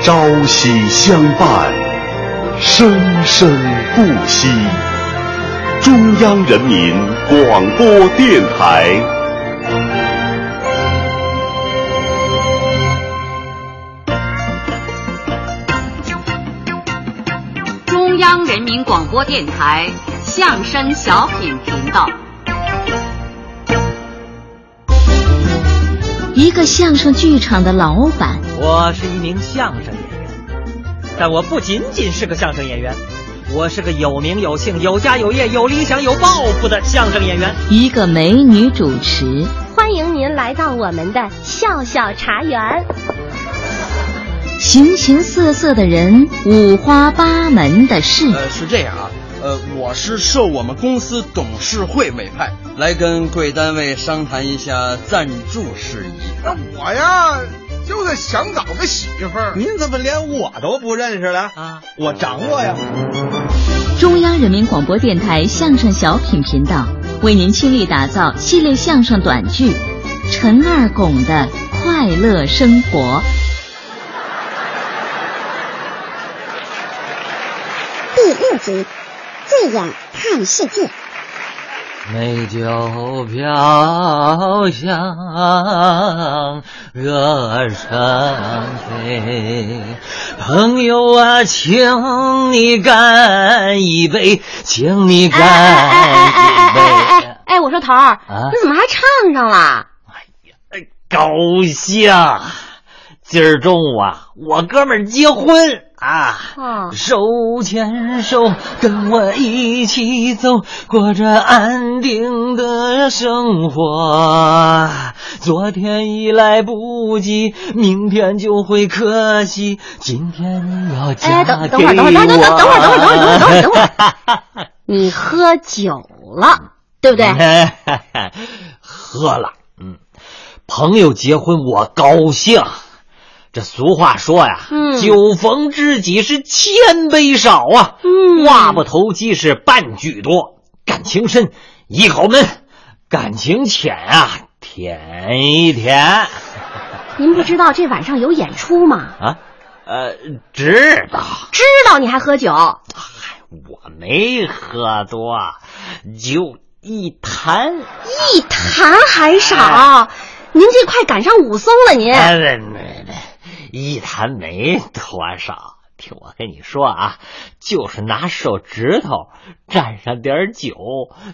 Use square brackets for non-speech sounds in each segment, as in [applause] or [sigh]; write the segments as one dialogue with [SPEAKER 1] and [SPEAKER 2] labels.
[SPEAKER 1] 朝夕相伴，生生不息。中央人民广播电台。
[SPEAKER 2] 中央人民广播电台相声小品频道。
[SPEAKER 3] 一个相声剧场的老板，
[SPEAKER 4] 我是一名相声演员，但我不仅仅是个相声演员，我是个有名有姓、有家有业、有理想、有抱负的相声演员。
[SPEAKER 3] 一个美女主持，
[SPEAKER 5] 欢迎您来到我们的笑笑茶园。
[SPEAKER 3] 形形色色的人，五花八门的事。
[SPEAKER 6] 呃，是这样啊，呃，我是受我们公司董事会委派，来跟贵单位商谈一下赞助事宜。
[SPEAKER 7] 那我呀，就是想找个媳妇儿。
[SPEAKER 8] 您怎么连我都不认识了
[SPEAKER 4] 啊？
[SPEAKER 8] 我掌握呀！
[SPEAKER 3] 中央人民广播电台相声小品频道为您倾力打造系列相声短剧《陈二拱的快乐生活》。
[SPEAKER 9] 第六集，醉眼看世界。
[SPEAKER 4] 美酒飘香，热成杯。朋友啊，请你干一杯，请你
[SPEAKER 5] 哎哎哎哎哎哎哎哎！哎，我说头儿，
[SPEAKER 4] 啊
[SPEAKER 5] 你怎么还唱上了？
[SPEAKER 4] 哎高兴！今儿中午啊，我哥们儿结婚啊，
[SPEAKER 5] 哦
[SPEAKER 4] 手牵手跟我一起走，过着安定的生活。昨天已来不及，明天就会可惜。今天你要
[SPEAKER 5] 哎
[SPEAKER 4] 嫁给我。
[SPEAKER 5] 等等会儿等会儿等等等会儿等会儿等会儿等会儿等会儿你喝酒了，对不对？
[SPEAKER 4] [laughs] 喝了，嗯，朋友结婚我高兴。这俗话说呀，
[SPEAKER 5] 嗯
[SPEAKER 4] 酒逢知己是千杯少啊，
[SPEAKER 5] 嗯
[SPEAKER 4] 话不投机是半句多，感情深一口闷，感情浅啊舔一舔
[SPEAKER 5] 您不知道这晚上有演出吗？
[SPEAKER 4] 啊，呃，知道。
[SPEAKER 5] 知道你还喝酒，
[SPEAKER 4] 我没喝多，就一坛。
[SPEAKER 5] 一坛还少。您这快赶上武松了，您。
[SPEAKER 4] 哎，没没没，一坛没多少。听我跟你说啊，就是拿手指头蘸上点儿酒，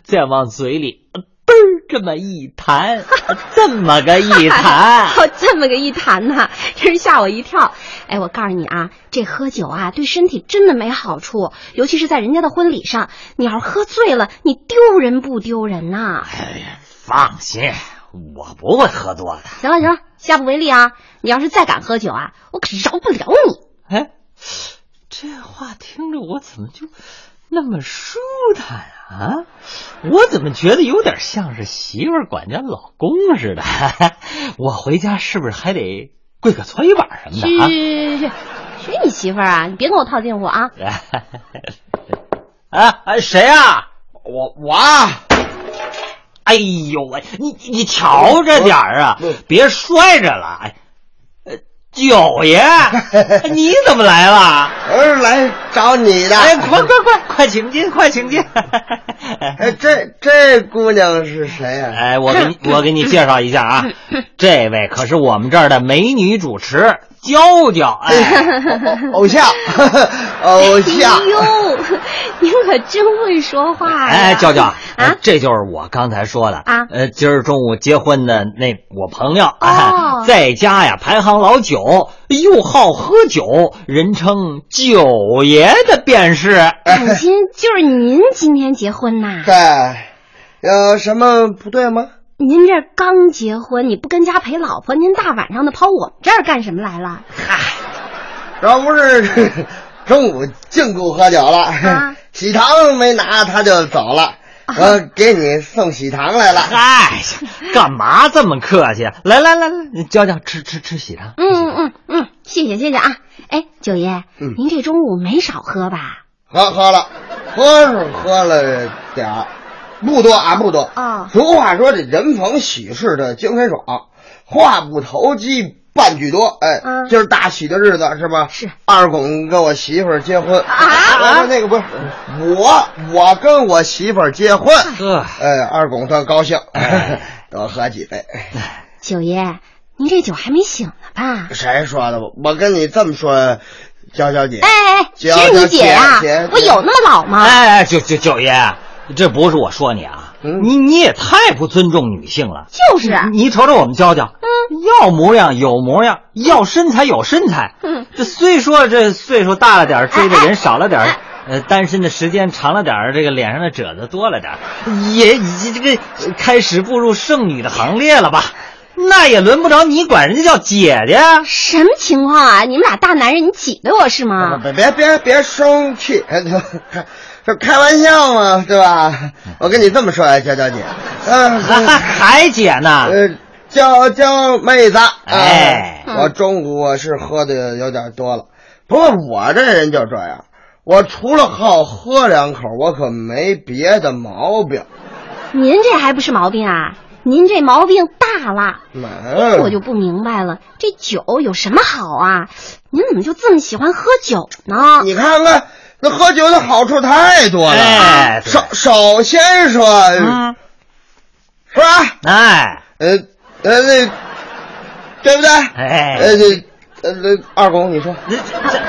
[SPEAKER 4] 再往嘴里呃嘚儿这么一弹，呃这么个一
[SPEAKER 5] [laughs]
[SPEAKER 4] 弹。
[SPEAKER 5] 哦，这么个一谈呐、真是吓我一跳。哎，我告诉你啊，这喝酒啊，对身体真的没好处，尤其是在人家的婚礼上，你要是喝醉了，你丢人不丢人呐、
[SPEAKER 4] 哎呀，放心，我不会喝多的。
[SPEAKER 5] 行了行了，下不为例啊！你要是再敢喝酒啊，我可饶不了你。
[SPEAKER 4] 哎，这话听着我怎么就那么舒坦啊？我怎么觉得有点像是媳妇儿管家老公似的？我回家是不是还得跪个搓衣板什么的啊？
[SPEAKER 5] 去去去去，去你媳妇儿啊！你别跟我套近乎啊！
[SPEAKER 4] [laughs] 啊啊，谁啊？
[SPEAKER 6] 我我啊，
[SPEAKER 4] 哎呦喂，你你瞧着点儿啊，别摔着了。哎，呃，九爷，你怎么来了？
[SPEAKER 8] 我是来找你的。
[SPEAKER 4] 哎，快快快，快请进，快请进。
[SPEAKER 8] 哎，这这姑娘是谁啊
[SPEAKER 4] [laughs]
[SPEAKER 8] 呀、
[SPEAKER 4] 哎，我给你我给你介绍一下
[SPEAKER 5] [laughs]
[SPEAKER 4] 啊，这位可是我们这儿的美女主持娇娇，哎，
[SPEAKER 8] [laughs] 偶偶像，偶像
[SPEAKER 5] 哎。呦， [laughs] 您可真会说话呀！
[SPEAKER 4] [laughs] 哎，娇娇，
[SPEAKER 5] 啊
[SPEAKER 4] 哎，这就是我刚才说的
[SPEAKER 5] 啊
[SPEAKER 4] 呃，今儿中午结婚的那我朋友，
[SPEAKER 5] 哦
[SPEAKER 4] 哎，在家呀排行老九，又好喝酒，人称九爷的便是。
[SPEAKER 5] 感情就是您今天结婚
[SPEAKER 8] [laughs]
[SPEAKER 5] 呐、
[SPEAKER 8] 对，有什么不对吗？
[SPEAKER 5] 您这刚结婚，你不跟家陪老婆，您大晚上的跑我们这儿干什么来了？
[SPEAKER 8] 这不是中午禁锢喝酒了，
[SPEAKER 5] 啊
[SPEAKER 8] 喜糖没拿他就走了，我给你送喜糖
[SPEAKER 4] [laughs]
[SPEAKER 8] 来了。
[SPEAKER 4] 哎呀，干嘛这么客气？啊来来来来，你娇娇吃吃吃喜糖。
[SPEAKER 5] 嗯嗯嗯，谢谢谢谢啊！哎，九爷，
[SPEAKER 8] 嗯
[SPEAKER 5] 您这中午没少喝吧？
[SPEAKER 8] 喝喝了，喝是喝了点儿，不多啊，不多
[SPEAKER 5] 啊
[SPEAKER 8] 俗话说这人逢喜事的精神爽，话不投机。饭居多。哎，
[SPEAKER 5] 嗯
[SPEAKER 8] 今儿大喜的日子是吧？
[SPEAKER 5] 是。
[SPEAKER 8] 二拱跟我媳妇儿结婚
[SPEAKER 5] 啊
[SPEAKER 8] 我说那个不是我，我跟我媳妇儿结婚。
[SPEAKER 4] 呵，
[SPEAKER 8] 哎，二拱特高兴，多喝几杯。
[SPEAKER 5] 九爷，您这酒还没醒呢吧？
[SPEAKER 8] 谁说的？我跟你这么说，娇娇姐。
[SPEAKER 5] 哎哎，
[SPEAKER 8] 姐
[SPEAKER 5] 谁是你姐呀、
[SPEAKER 8] 姐姐
[SPEAKER 5] 我有那么老吗？
[SPEAKER 4] 哎哎，九九九爷，这不是我说你啊，
[SPEAKER 8] 嗯
[SPEAKER 4] 你你也太不尊重女性了。
[SPEAKER 5] 就是，啊
[SPEAKER 4] 你瞅瞅我们娇娇，嗯，要模样有模样，要身材有身材。
[SPEAKER 5] 嗯，
[SPEAKER 4] 这虽说这岁数大了点儿，追的人少了点儿
[SPEAKER 5] 哎，
[SPEAKER 4] 呃，单身的时间长了点儿，这个脸上的褶子多了点儿，也已经这个呃开始步入剩女的行列了吧？那也轮不着你管人家叫姐姐啊。
[SPEAKER 5] 什么情况啊？你们俩大男人，你挤兑我是吗？
[SPEAKER 8] 别别别别生气，开这开玩笑嘛，对吧？我跟你这么说啊，娇娇姐，
[SPEAKER 4] [laughs]
[SPEAKER 8] 嗯、
[SPEAKER 4] 还还还姐呢？
[SPEAKER 8] 呃，娇娇妹子，啊
[SPEAKER 4] 哎
[SPEAKER 8] 我中午我是喝的有点多了，不过我这人就这样，我除了好喝两口，我可没别的毛病。嗯
[SPEAKER 5] 您这还不是毛病啊？您这毛病大了。
[SPEAKER 8] 嗯
[SPEAKER 5] 我就不明白了，这酒有什么好啊？您怎么就这么喜欢喝酒呢？
[SPEAKER 8] 你看看，那喝酒的好处太多了。啊
[SPEAKER 4] 哎对
[SPEAKER 8] 首首先说，
[SPEAKER 4] 嗯，
[SPEAKER 8] 是吧？
[SPEAKER 4] 哎
[SPEAKER 8] 呃呃，那对不对？
[SPEAKER 4] 哎
[SPEAKER 8] 呃，，这呃，这二狗，你说
[SPEAKER 4] 这这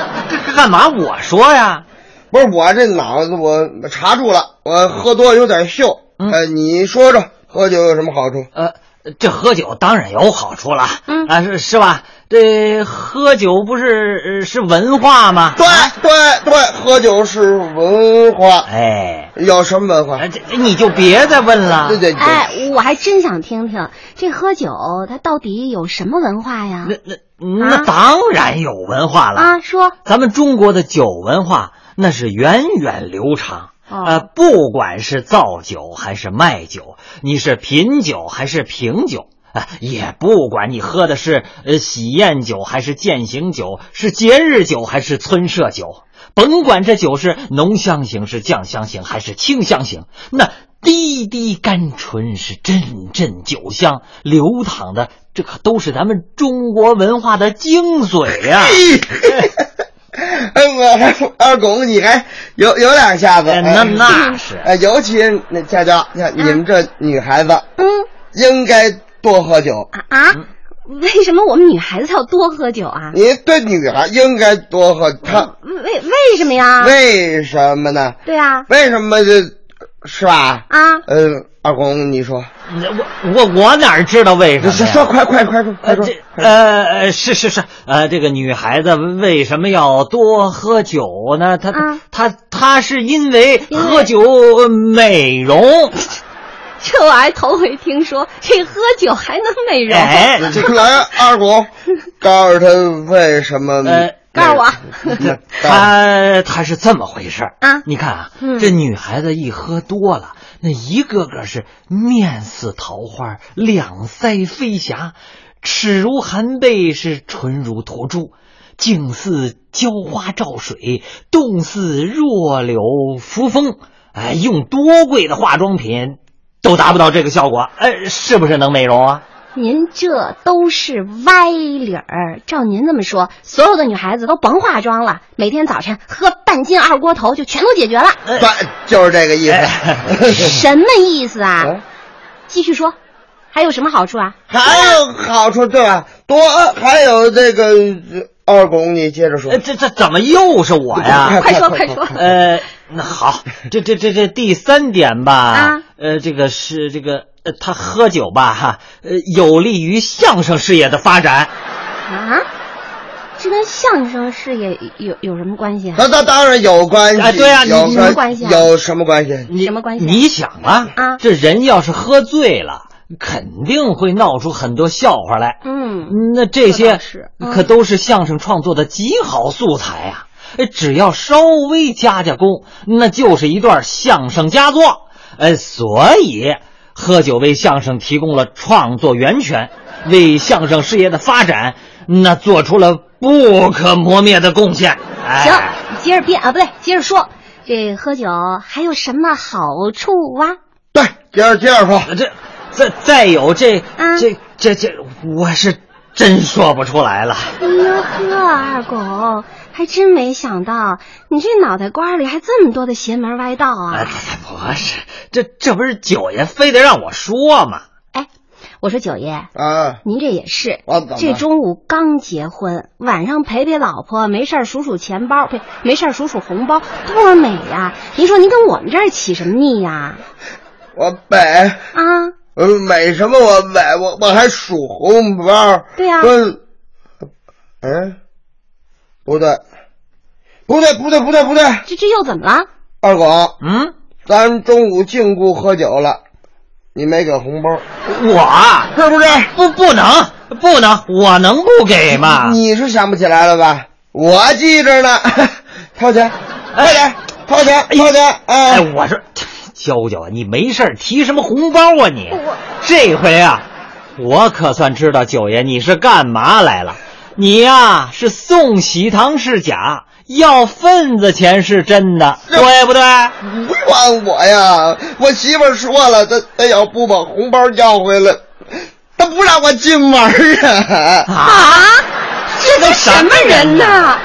[SPEAKER 4] 这干嘛我说呀？
[SPEAKER 8] 不是我这脑子我查住了，我喝多有点秀。
[SPEAKER 4] 嗯
[SPEAKER 8] 呃，你说说，喝酒有什么好处？
[SPEAKER 4] 呃，这喝酒当然有好处了，
[SPEAKER 5] 嗯
[SPEAKER 4] 啊是是吧？这喝酒不是呃是文化吗？
[SPEAKER 8] 啊对对对，喝酒是文化，
[SPEAKER 4] 哎，
[SPEAKER 8] 有什么文化
[SPEAKER 4] 哎？这这你就别再问了
[SPEAKER 8] 对。对对，
[SPEAKER 5] 哎，我还真想听听这喝酒它到底有什么文化呀
[SPEAKER 4] 那？那嗯那当然有文化了。
[SPEAKER 5] 啊，说
[SPEAKER 4] 咱们中国的酒文化那是源远流长。
[SPEAKER 5] 哦
[SPEAKER 4] 呃，不管是造酒还是卖酒，你是品酒还是品酒，啊、也不管你喝的是呃喜宴酒还是践行酒，是节日酒还是村社酒，甭管这酒是浓香型、是酱香型还是清香型，那滴滴甘醇是阵阵酒香流淌的，这可都是咱们中国文化的精髓
[SPEAKER 8] [laughs]
[SPEAKER 4] 呀、
[SPEAKER 8] 哎，我二狗你还有有两下子，
[SPEAKER 4] 哎那那是
[SPEAKER 8] 哎，尤其那佳佳，你看你们这女孩子，
[SPEAKER 5] 嗯
[SPEAKER 8] 应该多喝酒。
[SPEAKER 5] 啊啊，
[SPEAKER 4] 嗯
[SPEAKER 5] 为什么我们女孩子要多喝酒啊？
[SPEAKER 8] 你对女孩应该多喝，她
[SPEAKER 5] 为为什么呀？
[SPEAKER 8] 为什么呢？
[SPEAKER 5] 对啊
[SPEAKER 8] 为什么这是吧？
[SPEAKER 5] 啊，
[SPEAKER 8] 呃，二公你说，
[SPEAKER 4] 那我我我哪儿知道为什么
[SPEAKER 8] 说
[SPEAKER 4] 呀？
[SPEAKER 8] 说快快快说快
[SPEAKER 4] 呃
[SPEAKER 8] 说
[SPEAKER 4] 这，呃呃是是是呃这个女孩子为什么要多喝酒呢？她、
[SPEAKER 5] 啊
[SPEAKER 4] 她她是因为
[SPEAKER 5] 因为
[SPEAKER 4] 喝酒美容，
[SPEAKER 5] 这我还头回听说，这喝酒还能美容。
[SPEAKER 4] 哎，
[SPEAKER 5] [laughs]
[SPEAKER 8] 这来啊二狗，告诉他为什么？
[SPEAKER 4] 呃
[SPEAKER 5] 告诉我
[SPEAKER 8] 嗯那，告
[SPEAKER 4] 她她是这么回事儿
[SPEAKER 5] 啊
[SPEAKER 4] 你看啊，
[SPEAKER 5] 嗯
[SPEAKER 4] 这女孩子一喝多了，那一个个是面似桃花，两腮飞霞，齿如含贝，是唇如涂朱，静似娇花照水，动似弱柳扶风。哎，用多贵的化妆品都达不到这个效果，哎，是不是能美容啊？ [laughs]
[SPEAKER 5] 您这都是歪理儿。照您这么说，所有的女孩子都甭化妆了，每天早晨喝半斤二锅头就全都解决了，
[SPEAKER 8] 诉我对，就是这个意思。
[SPEAKER 4] 呃
[SPEAKER 5] 什么意思啊
[SPEAKER 8] 嗯？
[SPEAKER 5] 继续说，还有什么好处啊？
[SPEAKER 8] 还有好处对吧？多啊还有这个呃二拱，你接着说哎
[SPEAKER 4] 呃，。这这怎么又是我呀？
[SPEAKER 5] 快说快说
[SPEAKER 4] 呃，那好，这这这这第三点吧，
[SPEAKER 5] 啊
[SPEAKER 4] 呃，这个是这个呃，他喝酒吧哈，呃，有利于相声事业的发展。
[SPEAKER 5] 啊！这跟相声事业有有什么关系啊？
[SPEAKER 8] 那那当然有关系，
[SPEAKER 4] 哎对啊你
[SPEAKER 8] 有
[SPEAKER 5] 你什么关系啊
[SPEAKER 8] 有什么关系？
[SPEAKER 4] 你
[SPEAKER 5] 什么关系
[SPEAKER 4] 你想啊，
[SPEAKER 5] 啊
[SPEAKER 4] 这人要是喝醉了，肯定会闹出很多笑话来。
[SPEAKER 5] 嗯，
[SPEAKER 4] 那这
[SPEAKER 5] 这
[SPEAKER 4] 些
[SPEAKER 5] 倒是嗯
[SPEAKER 4] 可都是相声创作的极好素材啊！呃只要稍微加加工，那就是一段相声佳作。呃，所以喝酒为相声提供了创作源泉，为相声事业的发展那做出了不可磨灭的贡献。哎、
[SPEAKER 5] 行，你接着编啊，不对，接着说。这喝酒还有什么好处啊？
[SPEAKER 8] 对，接着接着说。
[SPEAKER 4] 这再再有这、
[SPEAKER 5] 啊
[SPEAKER 4] 这这这，我是真说不出来了。
[SPEAKER 5] 哟呵，哎二狗，还真没想到你这脑袋瓜里还这么多的邪门歪道
[SPEAKER 4] 啊，
[SPEAKER 5] 啊！
[SPEAKER 4] 不是，这这不是九爷非得让我说吗？
[SPEAKER 5] 我说九爷，
[SPEAKER 8] 啊，
[SPEAKER 5] 您这也是，
[SPEAKER 8] 我怎么
[SPEAKER 5] 这中午刚结婚，晚上陪陪老婆，没事儿数数钱包，呸，没事儿数数红包，多美呀、您说您跟我们这儿起什么腻呀、
[SPEAKER 8] 我美，
[SPEAKER 5] 啊？
[SPEAKER 8] 呃，美什么？我美，我我还数红包。
[SPEAKER 5] 对呀
[SPEAKER 8] 嗯，嗯，不对，不对，不对，不对，不对，
[SPEAKER 5] 这这又怎么了？
[SPEAKER 8] 二狗，
[SPEAKER 4] 嗯，
[SPEAKER 8] 咱中午禁锢喝酒了，你没给红包，
[SPEAKER 4] 我
[SPEAKER 8] 是不是？
[SPEAKER 4] 不不能不能，我能不给吗？
[SPEAKER 8] 你是想不起来了吧？我记着呢，掏钱，快点，掏钱，掏钱，
[SPEAKER 4] 哎，
[SPEAKER 8] 哎，
[SPEAKER 4] 我说，娇娇啊，你没事儿提什么红包啊你？
[SPEAKER 5] 我
[SPEAKER 4] 这回啊，我可算知道九爷你是干嘛来了。你呀、是送喜糖是假，要份子钱是真的，对不对？
[SPEAKER 8] 不怨我呀，我媳妇儿说了，她她要不把红包要回来，她不让我进门儿啊。
[SPEAKER 4] 啊，这都
[SPEAKER 5] 什么人
[SPEAKER 4] 呢？
[SPEAKER 5] 呐？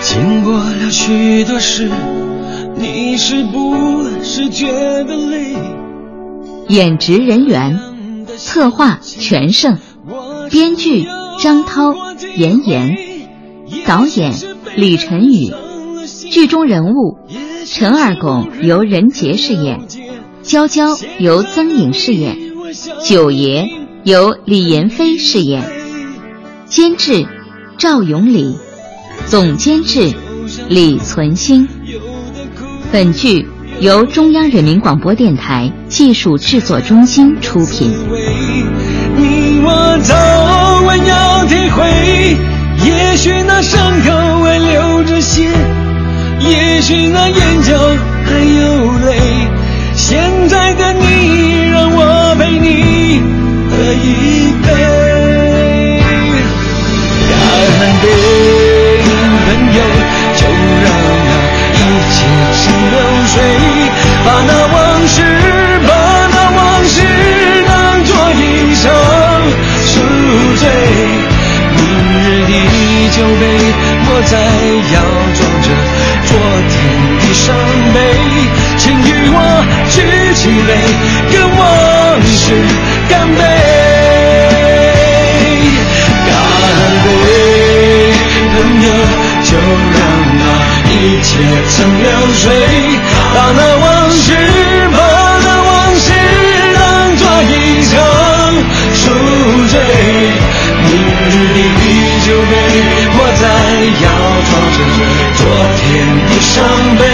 [SPEAKER 6] 经过了许多事，你是不是觉得累？
[SPEAKER 3] 演职人员，策划全胜，编剧张涛、严岩，导演李晨宇，剧中人物陈二拱由任杰饰演，娇娇由曾颖饰演，九爷由李妍霏饰演，监制赵永礼，总监制李存兴。本剧由中央人民广播电台技术制作中心出品。
[SPEAKER 6] 你我早晚要体会，也许那伤口还流着血，也许那眼角还有泪。现在的你，让我陪你喝一杯。干杯，朋友，就让那一切成流水，把那往事，把那往事当作一场宿醉。明日的酒杯，莫再要装着昨天的伤悲，请与我举起杯，跟往事干杯。干杯，朋友，就让那一切成流水，把那往事，把那往事当作一场宿醉。明日的酒杯，莫再要装着昨天的伤悲，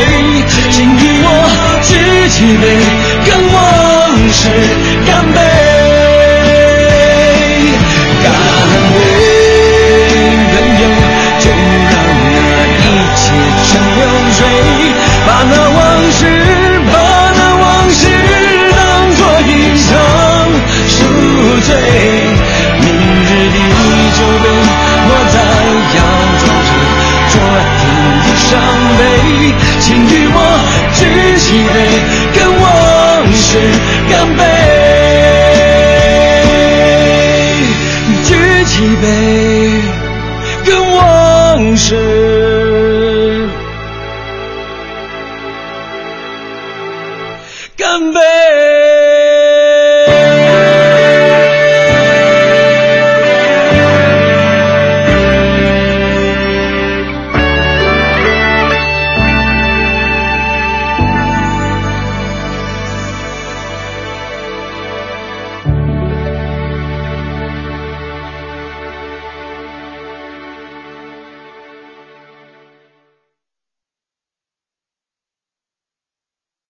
[SPEAKER 6] 请与我举起杯，跟往事干杯。干杯，朋友，就让那一切成流水，把那往事，把那往事当作一场宿醉。明日的酒杯，莫再要装着昨天的伤悲，请与我举起杯，跟往事干杯。